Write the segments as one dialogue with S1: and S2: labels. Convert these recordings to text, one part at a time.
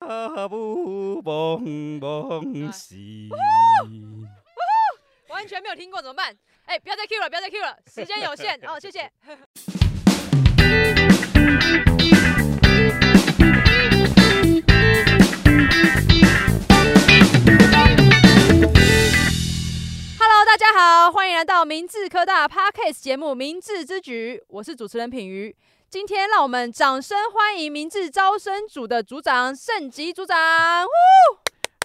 S1: 啊不蹦蹦
S2: 啊
S1: 西，
S2: 完全没有听过怎么办？哎、不要再 Q 了，不要再 Q 了，时间有限。哦，谢谢。Hello，大家好，欢迎来到明治科大 Podcast 节目《明治之举》，我是主持人品瑜。今天让我们掌声欢迎明治招生组的组长盛吉组长。呼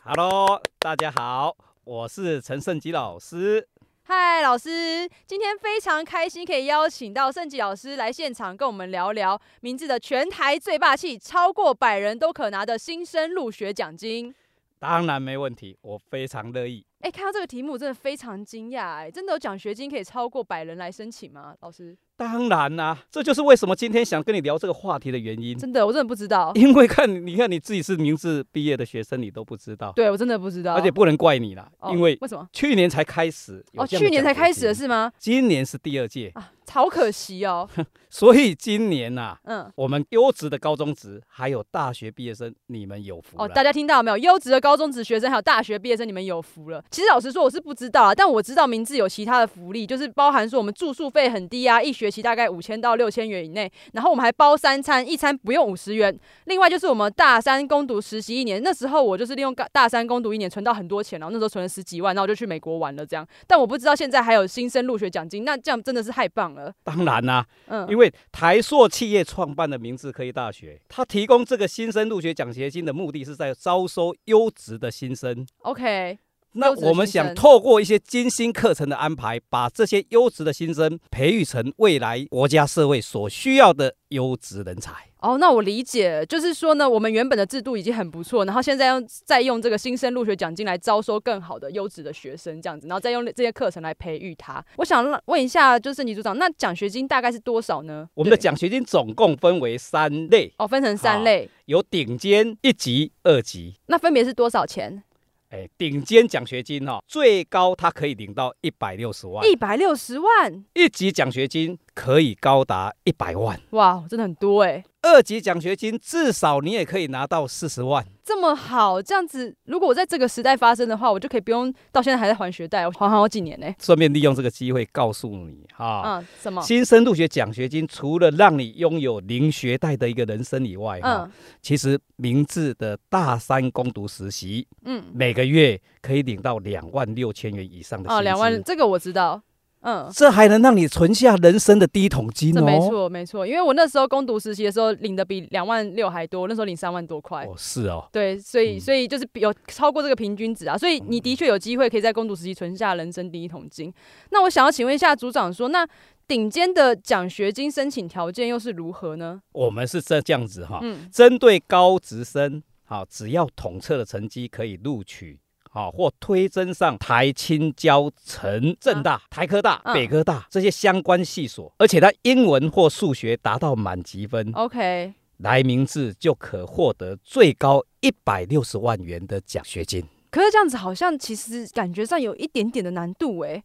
S1: Hello，大家好，我是陈胜吉老师。
S2: 嗨，老师，今天非常开心可以邀请到盛吉老师来现场跟我们聊聊明治的全台最霸气，超过百人都可拿的新生入学奖金。
S1: 当然没问题，我非常乐意。
S2: 哎、看到这个题目真的非常惊讶，哎，真的有奖学金可以超过百人来申请吗？老师，
S1: 当然啦、这就是为什么今天想跟你聊这个话题的原因。
S2: 真的，我真的不知道，
S1: 因为看你看你自己是明治毕业的学生，你都不知道，
S2: 对我真的不知道，
S1: 而且不能怪你啦，
S2: 哦
S1: 因为
S2: 为什么？
S1: 去年才开始有
S2: 哦，
S1: 这样的
S2: 去年才
S1: 奖学
S2: 开始的
S1: 金，
S2: 是吗？
S1: 今年是第二届，
S2: 啊，好可惜哦。
S1: 所以今年呐、
S2: 嗯，
S1: 我们优质的高中职还有大学毕业生，你们有福
S2: 哦，
S1: 了
S2: 大家听到没有？优质的高中职学生还有大学毕业生，你们有福了。其实老实说，我是不知道啊，但我知道明治有其他的福利，就是包含说我们住宿费很低啊，一学期大概五千到六千元以内，然后我们还包三餐，一餐不用五十元。另外就是我们大三攻读实习一年，那时候我就是利用大大三攻读一年存到很多钱，然后那时候存了十几万，然后我就去美国玩了这样。但我不知道现在还有新生入学奖金，那这样真的是太棒了。
S1: 当然啊啦、
S2: 嗯，
S1: 因为台塑企业创办的明治科技大学，它提供这个新生入学奖学金的目的是在招收优质的新生。
S2: OK，
S1: 那
S2: 优质的
S1: 我们
S2: 新生
S1: 想透过一些精心课程的安排，把这些优质的新生培育成未来国家社会所需要的优质人才。
S2: 哦，那我理解，就是说呢，我们原本的制度已经很不错，然后现在用再用这个新生入学奖金来招收更好的优质的学生，这样子，然后再用这些课程来培育他。我想让问一下，就是女组长，那奖学金大概是多少呢？
S1: 我们的
S2: 对
S1: 奖学金总共分为三类，
S2: 哦分成
S1: 好
S2: 三类，
S1: 有顶尖、一级、二级。
S2: 那分别是多少钱？
S1: 哎，顶尖奖学金哈、最高它可以领到一百六十万，
S2: 一百六十万，
S1: 一级奖学金可以高达一百万，
S2: 哇，真的很多哎、
S1: 二级奖学金至少你也可以拿到四十万。
S2: 这么好，这样子，如果我在这个时代发生的话，我就可以不用到现在还在还学贷，我还好几年呢、
S1: 顺便利用这个机会告诉你哈。
S2: 嗯，什么？
S1: 新生入学奖学金除了让你拥有零学贷的一个人生以外，哈、
S2: 嗯
S1: 其实明治的大三攻读实习
S2: 嗯，
S1: 每个月可以领到两万六千元以上的薪
S2: 哦，
S1: 资，
S2: 两万，，这个我知道，嗯。
S1: 这还能让你存下人生的第一桶金
S2: 这
S1: 哦。
S2: 没错没错，因为我那时候攻读实习的时候领的比两万六还多，那时候领三万多块。
S1: 哦，是哦。
S2: 对，所以
S1: 嗯
S2: 所以就是比有超过这个平均值啊，所以你的确有机会可以在攻读时期存下人生第一桶金。那我想要请问一下组长说，那顶尖的奖学金申请条件又是如何呢？
S1: 我们是这这样子哈，
S2: 嗯，
S1: 针对高职生，好、只要统测的成绩可以录取，好、或推甄上台青交成政大、台科大、
S2: 嗯
S1: 北科大这些相关系所，而且他英文或数学达到满级分，
S2: 哦 OK，
S1: 来明治就可获得最高一百六十万元的奖学金。
S2: 可是这样子好像其实感觉上有一点点的难度诶、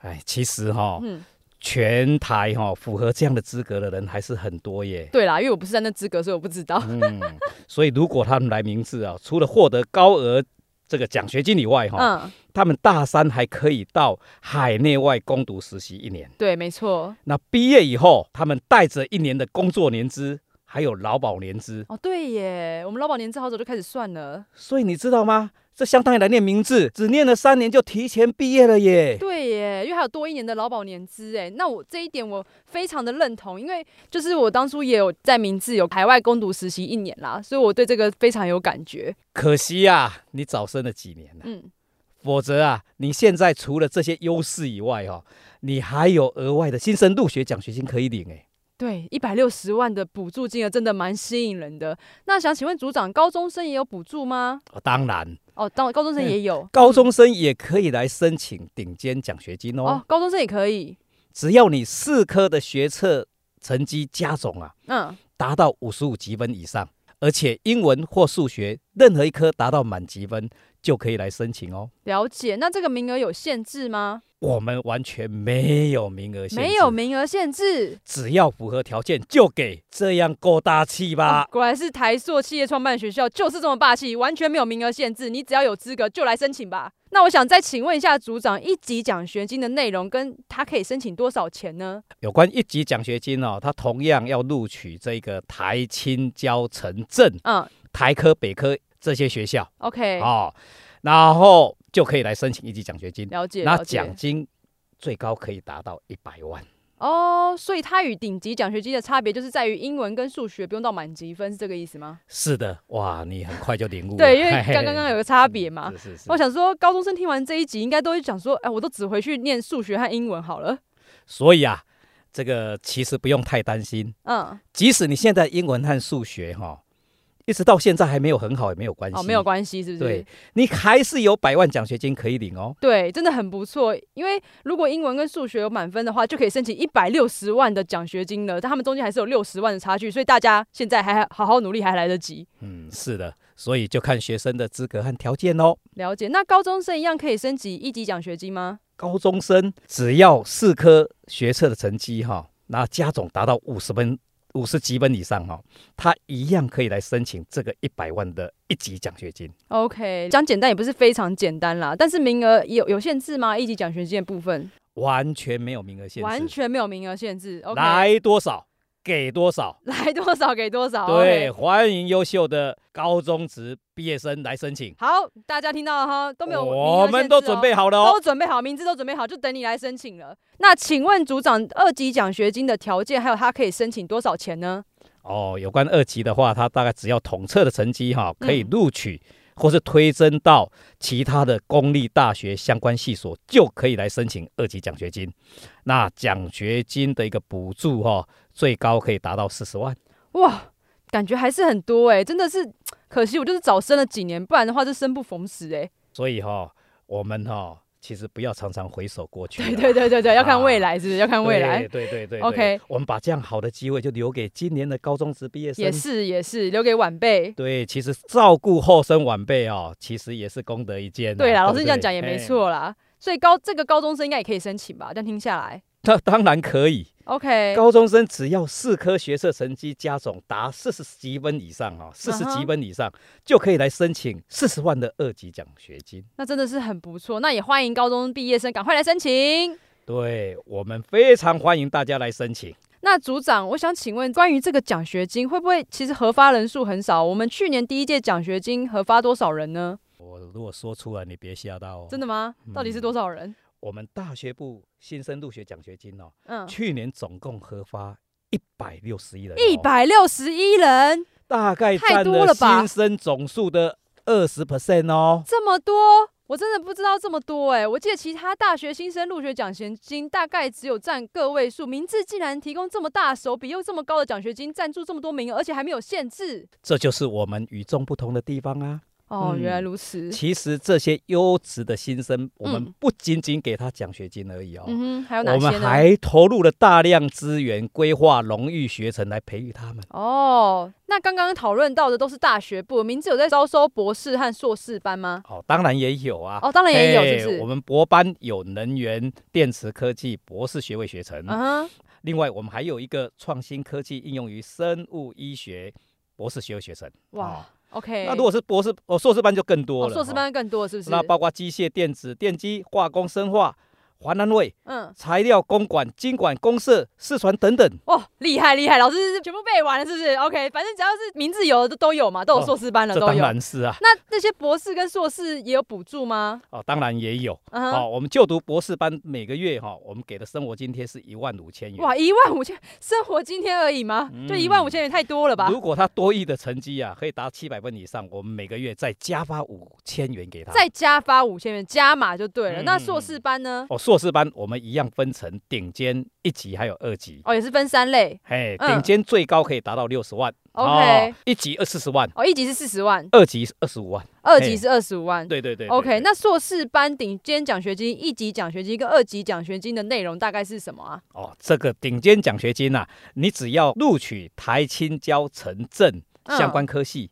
S1: 哎，其实哈、
S2: 嗯，
S1: 全台哈、符合这样的资格的人还是很多耶。
S2: 对啦，因为我不是在那资格，所以我不知道。
S1: 嗯，所以如果他们来明治啊，除了获得高额这个奖学金以外哈、
S2: 嗯，
S1: 他们大三还可以到海内外攻读实习一年。
S2: 对，没错。
S1: 那毕业以后，他们带着一年的工作年资，还有劳保年资。
S2: 哦，对耶，我们劳保年资好早就开始算了。
S1: 所以你知道吗？这相当于来念明治，只念了三年就提前毕业了耶。
S2: 对耶，因为还有多一年的劳保年资哎，那我这一点我非常的认同，因为就是我当初也有在明治有海外攻读实习一年啦，所以我对这个非常有感觉。
S1: 可惜呀、啊，你早生了几年了、啊
S2: 嗯，
S1: 否则啊，你现在除了这些优势以外哦，你还有额外的新生入学奖学金可以领哎。
S2: 对，一百六十万的补助金额真的蛮吸引人的。那想请问组长，高中生也有补助吗？
S1: 哦，当然，
S2: 哦，当高中
S1: 嗯
S2: 生也有，
S1: 高中生也可以来申请顶尖奖学金
S2: 哦，高中生也可以。
S1: 只要你四科的学测成绩加总啊
S2: 嗯，
S1: 达到五十五积分以上，而且英文或数学任何一科达到满级分就可以来申请哦。
S2: 了解。那这个名额有限制吗？
S1: 我们完全没有名额限制，
S2: 没有，名额限制。
S1: 只要符合条件就给，这样够大气吧？
S2: 哦果然是台塑企业创办学校，就是这么霸气，完全没有名额限制，你只要有资格就来申请吧。那我想再请问一下组长，一级奖学金的内容跟他可以申请多少钱呢？
S1: 有关一级奖学金哦，它同样要录取这个台青交城镇、
S2: 嗯
S1: 台科、北科这些学校
S2: ，OK，
S1: 哦，然后就可以来申请一级奖学金。
S2: 了解
S1: 那
S2: 了
S1: 奖
S2: 解。
S1: 金最高可以达到一百万。
S2: 哦，所以它与顶级奖学金的差别就是在于英文跟数学不用到满级分，是这个意思吗？
S1: 是的，哇，你很快就领悟了。
S2: 对，因为
S1: 嘿嘿
S2: 刚刚刚有个差别嘛。
S1: 是是是
S2: 我，想说，高中生听完这一集，应该都会想说，哎，我都只回去念数学和英文好了。
S1: 所以啊，这个其实不用太担心，
S2: 嗯，
S1: 即使你现在英文和数学哈、一直到现在还没有很好也没有关系，
S2: 哦，没有关系，是不是？
S1: 对，你还是有百万奖学金可以领哦。
S2: 对，真的很不错。因为如果英文跟数学有满分的话，就可以申请一百六十万的奖学金了。但他们中间还是有六十万的差距，所以大家现在还好好努力，还来得及。
S1: 嗯，是的，所以就看学生的资格和条件哦。
S2: 了解。那高中生一样可以申请一级奖学金吗？
S1: 高中生只要四科学测的成绩哈、那加总达到五十分、五十几分以上哈、他一样可以来申请这个一百万的一级奖学金。
S2: OK，讲简单也不是非常简单啦，但是名额有有限制吗？一级奖学金的部分
S1: 完全没有名额限制，
S2: 完全没有名额限制。OK，
S1: 来多少给多少。
S2: 来多少给多少。
S1: 对，
S2: OK，
S1: 欢迎优秀的高中职毕业生来申请，
S2: 好，大家听到了哈，都没有名额
S1: 我们
S2: 限
S1: 都
S2: 制
S1: 准
S2: 哦
S1: 备好了
S2: 都
S1: 哦。
S2: 准备好，名字都准备好，就等你来申请了。那请问组长，二级奖学金的条件，还有他可以申请多少钱呢？
S1: 哦，有关二级的话，他大概只要统测的成绩哈、可以
S2: 嗯
S1: 录取。或是推甄到其他的公立大学相关系所，就可以来申请二级奖学金。那奖学金的一个补助哈、最高可以达到四十万。
S2: 哇，感觉还是很多哎、真的是可惜，我就是早生了几年，不然的话就生不逢时 哎、
S1: 所以哈、我们哈、其实不要常常回首过去啦。
S2: 对对对对对，要看未来是不是？要看未来
S1: 啊对。对对对
S2: OK
S1: 我们把这样好的机会就留给今年的高中职毕业生。
S2: 也是也是，留给晚辈。
S1: 对，其实照顾后生晚辈哦，其实也是功德一件、啊。
S2: 对啦，老
S1: 不
S2: 师你这样讲也没。
S1: 哎
S2: 错啦。所以高这个高中生应该也可以申请吧？这样听下来
S1: 那 当然可以，
S2: ，OK，
S1: 高中生只要四科学测成绩加总达四十几分以上哦，四十
S2: 嗯
S1: 几
S2: 哼
S1: 分以上、就可以来申请四十万的二级奖学金。
S2: 那真的是很不错。那也欢迎高中毕业生赶快来申请。
S1: 对我们非常欢迎大家来申请。
S2: 那组长，我想请问，关于这个奖学金，会不会其实核发人数很少？我们去年第一届奖学金核发多少人呢？
S1: 我如果说出来，你别吓到哦。
S2: 真的，吗？到底是多少人？
S1: 我们大学部新生入学奖学金哦，
S2: 嗯，
S1: 去年总共核发一百六十一人、哦
S2: 一，百六十一人，
S1: 大概占
S2: 太多了吧
S1: 新生总数的二十 percent 哦。
S2: 这么多，我真的不知道这么多哎、我记得其他大学新生入学奖学金大概只有占个位数，明治竟然提供这么大手笔又这么高的奖学金，赞助这么多名额，而且还没有限制。
S1: 这就是我们与众不同的地方啊！
S2: 哦，
S1: 嗯
S2: 原来如此。
S1: 其实这些优质的新生，我们
S2: 嗯
S1: 不仅仅给他奖学金而已哦，
S2: 嗯哼，还有
S1: 我
S2: 哪些
S1: 们
S2: 呢？
S1: 还投入了大量资源，规划荣誉学程来培育他们。
S2: 哦，那刚刚讨论到的都是大学部，明治有在招收博士和硕士班吗？
S1: 哦，当然也有啊，
S2: 哦，当然也有，是不
S1: 嘿
S2: 是？
S1: 我们博班有能源、电磁科技博士学位学程，
S2: 嗯哼，
S1: 另外我们还有一个创新科技应用于生物医学博士学位学程。
S2: 哇
S1: 哦
S2: ，OK。
S1: 那如果是博士哦，硕士班就更多
S2: 哦
S1: 了。
S2: 硕士
S1: 哦
S2: 班更多是不是？
S1: 那包括机械、电子、电机、化工、生化、华南卫、
S2: 嗯，
S1: 材料、公管、经管、公社、四船等等。
S2: 哦，厉害厉害，老师是全部背完了是不是？OK，反正只要是名字有的都有嘛，都有
S1: 哦
S2: 硕士班了、
S1: 这
S2: 都
S1: 当
S2: 有。
S1: 然是啊，
S2: 那那些博士跟硕士也有补助吗？
S1: 哦，当然也有。
S2: 嗯哼，
S1: 哦，我们就读博士班每个月哈、我们给的生活津贴是一万五千元。
S2: 哇，一万五千，生活津贴而已吗？就一万五千元太多了吧？
S1: 嗯如果他多益的成绩啊，可以达七百分以上，我们每个月再加发五千元给他。
S2: 再加发五千元，加码就对了。
S1: 嗯
S2: 那
S1: 嗯
S2: 硕士班呢？
S1: 哦，硕士班我们一样分成顶尖一级还有二级。
S2: 哦，也是分三类。
S1: 嘿，
S2: 嗯
S1: 顶尖最高可以达到六十万
S2: OK
S1: 哦，一级二四十万，
S2: 哦，一级是四十万，
S1: 二级二十五万。
S2: 二级
S1: 嘿
S2: 是二十五万。
S1: 对对对对
S2: OK，
S1: 对
S2: 那硕士班顶尖奖学金、一级奖学金跟二级奖学金的内容大概是什么啊？
S1: 哦，这个顶尖奖学金呐、啊你只
S2: 嗯
S1: 要录取台青交城镇相关科系，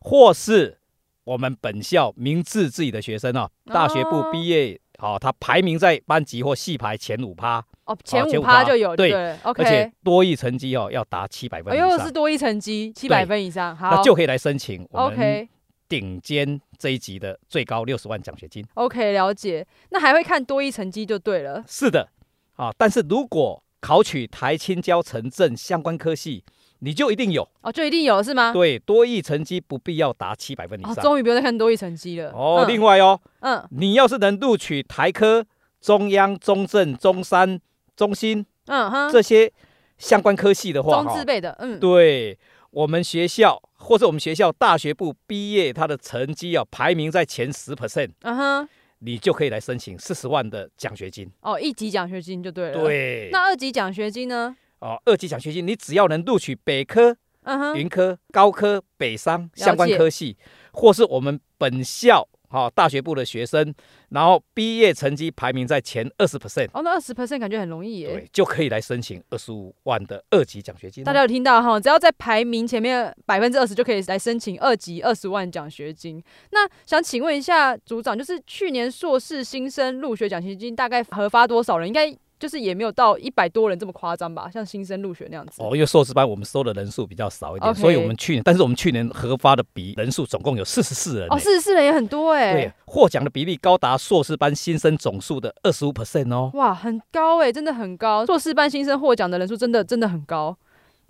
S1: 或是我们本校明志自己的学生啊，
S2: 哦
S1: 大学部毕业，好、他排名在班级或系排前五趴，
S2: 哦，前
S1: 好啊前
S2: 五
S1: 五趴
S2: 趴就有
S1: 对
S2: 对
S1: 而且
S2: ，OK，
S1: 多益成绩哦要达七百分
S2: 哎
S1: 以
S2: 呦
S1: 上，
S2: 是多一成绩，七百
S1: 对
S2: 分以上，好
S1: 那就可以来申请我们
S2: ，OK
S1: 顶尖这一级的最高六十万奖学金。
S2: OK 了解，那还会看多一成绩就对了，
S1: 是的，啊，但是如果考取台青交城镇相关科系，你就一定有、
S2: 哦，就一定有是吗？
S1: 对多益成绩不必要达七百分以
S2: 哦，
S1: 上。
S2: 终于不用再看多一成绩了，
S1: 哦，
S2: 嗯
S1: 另外哦，
S2: 嗯
S1: 你要是能录取台科、中央、中正、中山、中心
S2: 嗯哼，
S1: 这些相关科系的话，
S2: 中
S1: 哈
S2: 字辈的，嗯，
S1: 对我们学校或者我们学校大学部毕业，他的成绩啊排名在前十 percent，
S2: 嗯哼，
S1: 你就可以来申请四十万的奖学金。
S2: 哦，一级奖学金就对了，，啊
S1: 对，
S2: 那二级奖学金呢？
S1: 哦，二级奖学金，你只要能录取北科、
S2: 嗯哼，
S1: 云科、高科、北商
S2: 解
S1: 相关科系，或是我们本校哈、哦、大学部的学生，然后毕业成绩排名在前二十 percent。
S2: 哦，那二十 percent 感觉很容易耶。
S1: 对，就可以来申请二十五万的二级奖学金哦。
S2: 大家有听到哈？只要在排名前面百分之二十就可以来申请二级二十万奖学金。那想请问一下组长，就是去年硕士新生入学奖学金大概核发多少人？应该就是也没有到一百多人这么夸张吧？像新生入学那样子。
S1: 哦，因为硕士班我们收的人数比较少一点
S2: OK
S1: 所以我们去年，但是我们去年核发的比人数总共有四十四人、欸
S2: 哦，四十四人也很多哎、
S1: 对，啊获奖的比例高达硕士班新生总数的二十五 percent 哦。
S2: 哇，很高哎、真的很高。硕士班新生获奖的人数真的真的很高，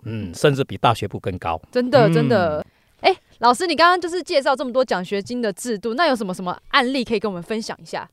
S1: 嗯，甚至比大学部更高。
S2: 真的
S1: 嗯
S2: 真的。哎、老师，你刚刚就是介绍这么多奖学金的制度，那有什么什么案例可以跟我们分享一下？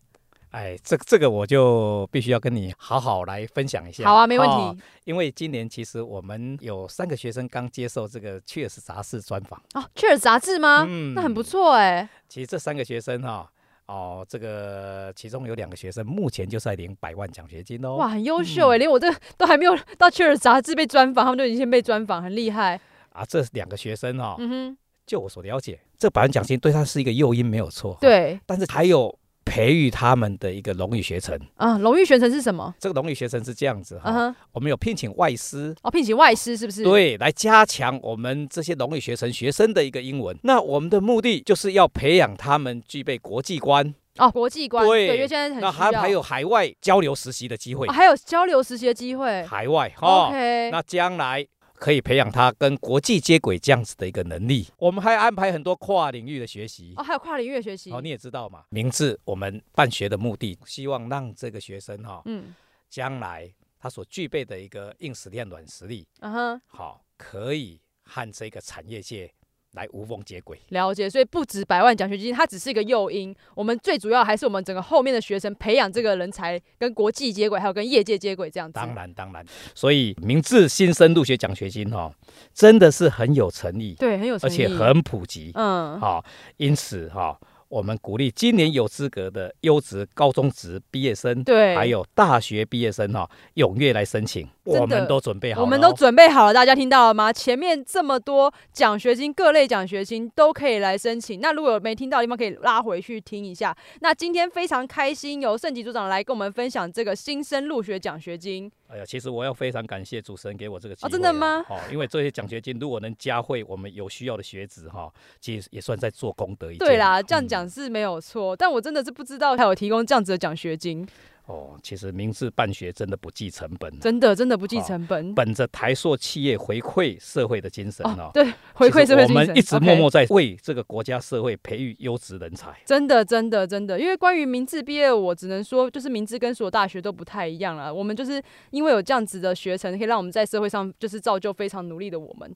S1: 哎，这这个我就必须要跟你好好来分享一下。
S2: 好啊，没问题。
S1: 哦因为今年其实我们有三个学生刚接受这个《确实杂志》专访
S2: 哦，《确尔杂志》吗？
S1: 嗯
S2: 那很不错哎、
S1: 其实这三个学生哈、哦，这个其中有两个学生目前就在领百万奖学金哦。
S2: 哇，很优秀哎、连我这都还没有到《确尔杂志》被专访，他们就已经先被专访，很厉害。
S1: 啊，这两个学生哈、
S2: 嗯哼，
S1: 就我所了解，这百万奖金对他是一个诱因，没有错。，
S2: 对，
S1: 但是还有培育他们的一个荣誉学程。
S2: 啊，荣誉学程是什么？
S1: 这个荣誉学程是这样子哈、
S2: 嗯哼，
S1: 我们有聘请外师，
S2: 哦，聘请外师是不是？，
S1: 对，来加强我们这些荣誉学程学生的一个英文。那我们的目的就是要培养他们具备国际观，
S2: 哦，国际观，
S1: 对
S2: 对，因为现在很需
S1: 那
S2: 要，
S1: 还还有海外交流实习的机会
S2: 哦、，还有交流实习的机会。
S1: 海外哈。
S2: OK，
S1: 哦那将来可以培养他跟国际接轨这样子的一个能力。我们还安排很多跨领域的学习。
S2: 哦，还有跨领域的学习。
S1: 哦，你也知道嘛，明治我们办学的目的，希望让这个学生哈、
S2: 嗯，
S1: 将来他所具备的一个硬实力和软实力，
S2: 嗯哼，
S1: 好、可以和这个产业界来无缝接轨。
S2: 了解。所以不止百万奖学金，它只是一个诱因。我们最主要还是我们整个后面的学生培养这个人才，跟国际接轨，还有跟业界接轨这样子。
S1: 当然，当然，所以明治新生入学奖学金哦，真的是很有诚意，
S2: 对，很有
S1: 而
S2: 诚意，
S1: 且很普及。
S2: 嗯，
S1: 好、因此哈、我们鼓励今年有资格的优质高中职毕业生，
S2: 对，
S1: 还有大学毕业生哈、踊跃来申请，
S2: 真的
S1: 我们都准备好了哦、
S2: 我们都准备好了，大家听到了吗？前面这么多奖学金，各类奖学金都可以来申请。那如果有没听到的地方，可以拉回去听一下。那今天非常开心，由盛吉组长来跟我们分享这个新生入学奖学金。
S1: 哎呀，其实我要非常感谢主持人给我这个机会、
S2: 哦真的吗？
S1: 哦，因为这些奖学金如果能加惠我们有需要的学子哈、其实也算在做功德一件。
S2: 对啦，这样
S1: 嗯
S2: 讲是没有错，但我真的是不知道还有提供这样子的奖学金，
S1: 哦，其实明治办学真的不计成本，
S2: 真的真的不计
S1: 好
S2: 成本。
S1: 本着台塑企业回馈社会的精神
S2: 哦
S1: 哦，。
S2: 对，回馈社会
S1: 其实
S2: 精
S1: 我
S2: 神。
S1: 们一直
S2: OK
S1: 默默在为这个国家社会培育优质人才。
S2: 真的，真的，真的，因为关于明治毕业，我只能说，就是明治跟所有大学都不太一样了。我们就是因为有这样子的学程，可以让我们在社会上就是造就非常努力的我们。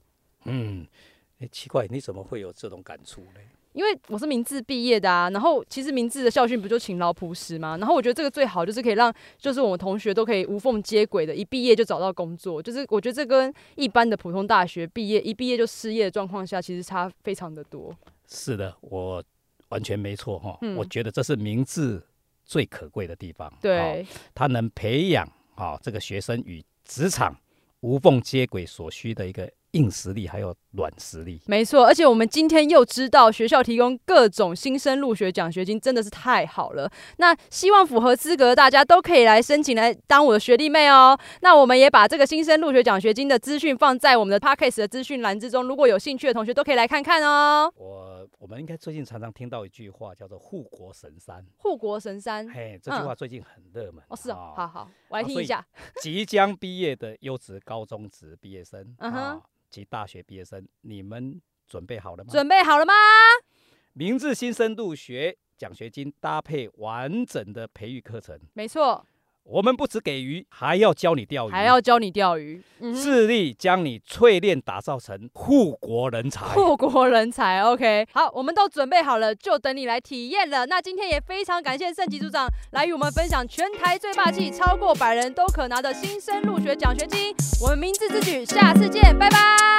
S1: 嗯，哎，奇怪，你怎么会有这种感触呢？
S2: 因为我是明治毕业的啊，然后其实明治的校训不就勤劳朴实吗？然后我觉得这个最好就是可以让，就是我们同学都可以无缝接轨的，一毕业就找到工作。就是我觉得这跟一般的普通大学毕业一毕业就失业的状况下，其实差非常的多。
S1: 是的，我完全没错哈、
S2: 嗯
S1: 我觉得这是明治最可贵的地方。哦
S2: 对，
S1: 它能培养啊、这个学生与职场无缝接轨所需的一个硬实力还有软实力。
S2: 没错，而且我们今天又知道学校提供各种新生入学奖学金，真的是太好了。那希望符合资格的大家都可以来申请来当我的学弟妹哦。那我们也把这个新生入学奖学金的资讯放在我们的 podcast 的资讯栏之中，如果有兴趣的同学都可以来看看哦。
S1: 我我们应该最近常常听到一句话叫做“护国神山
S2: 护国神”，山。
S1: 嘿，这句话最近很热门。
S2: 哦，是哦，
S1: 啊
S2: 好好，我
S1: 啊
S2: 来听
S1: 所
S2: 一
S1: 以
S2: 下。
S1: 即将毕业的优质高中职毕业生
S2: 嗯哼
S1: 啊，及大学毕业生，你们准备好了吗？
S2: 准备好了吗？
S1: 明治新生入学奖学金搭配完整的培育课程，
S2: 没错，
S1: 我们不只给鱼，还要教你钓鱼，
S2: 还要教你钓鱼，嗯哼，
S1: 致力将你淬炼打造成护国人才。
S2: 护国人才。OK，好，我们都准备好了，就等你来体验了。那今天也非常感谢盛吉组长来与我们分享全台最霸气，超过百人都可拿的新生入学奖学金。我们明智之举，下次见，拜拜。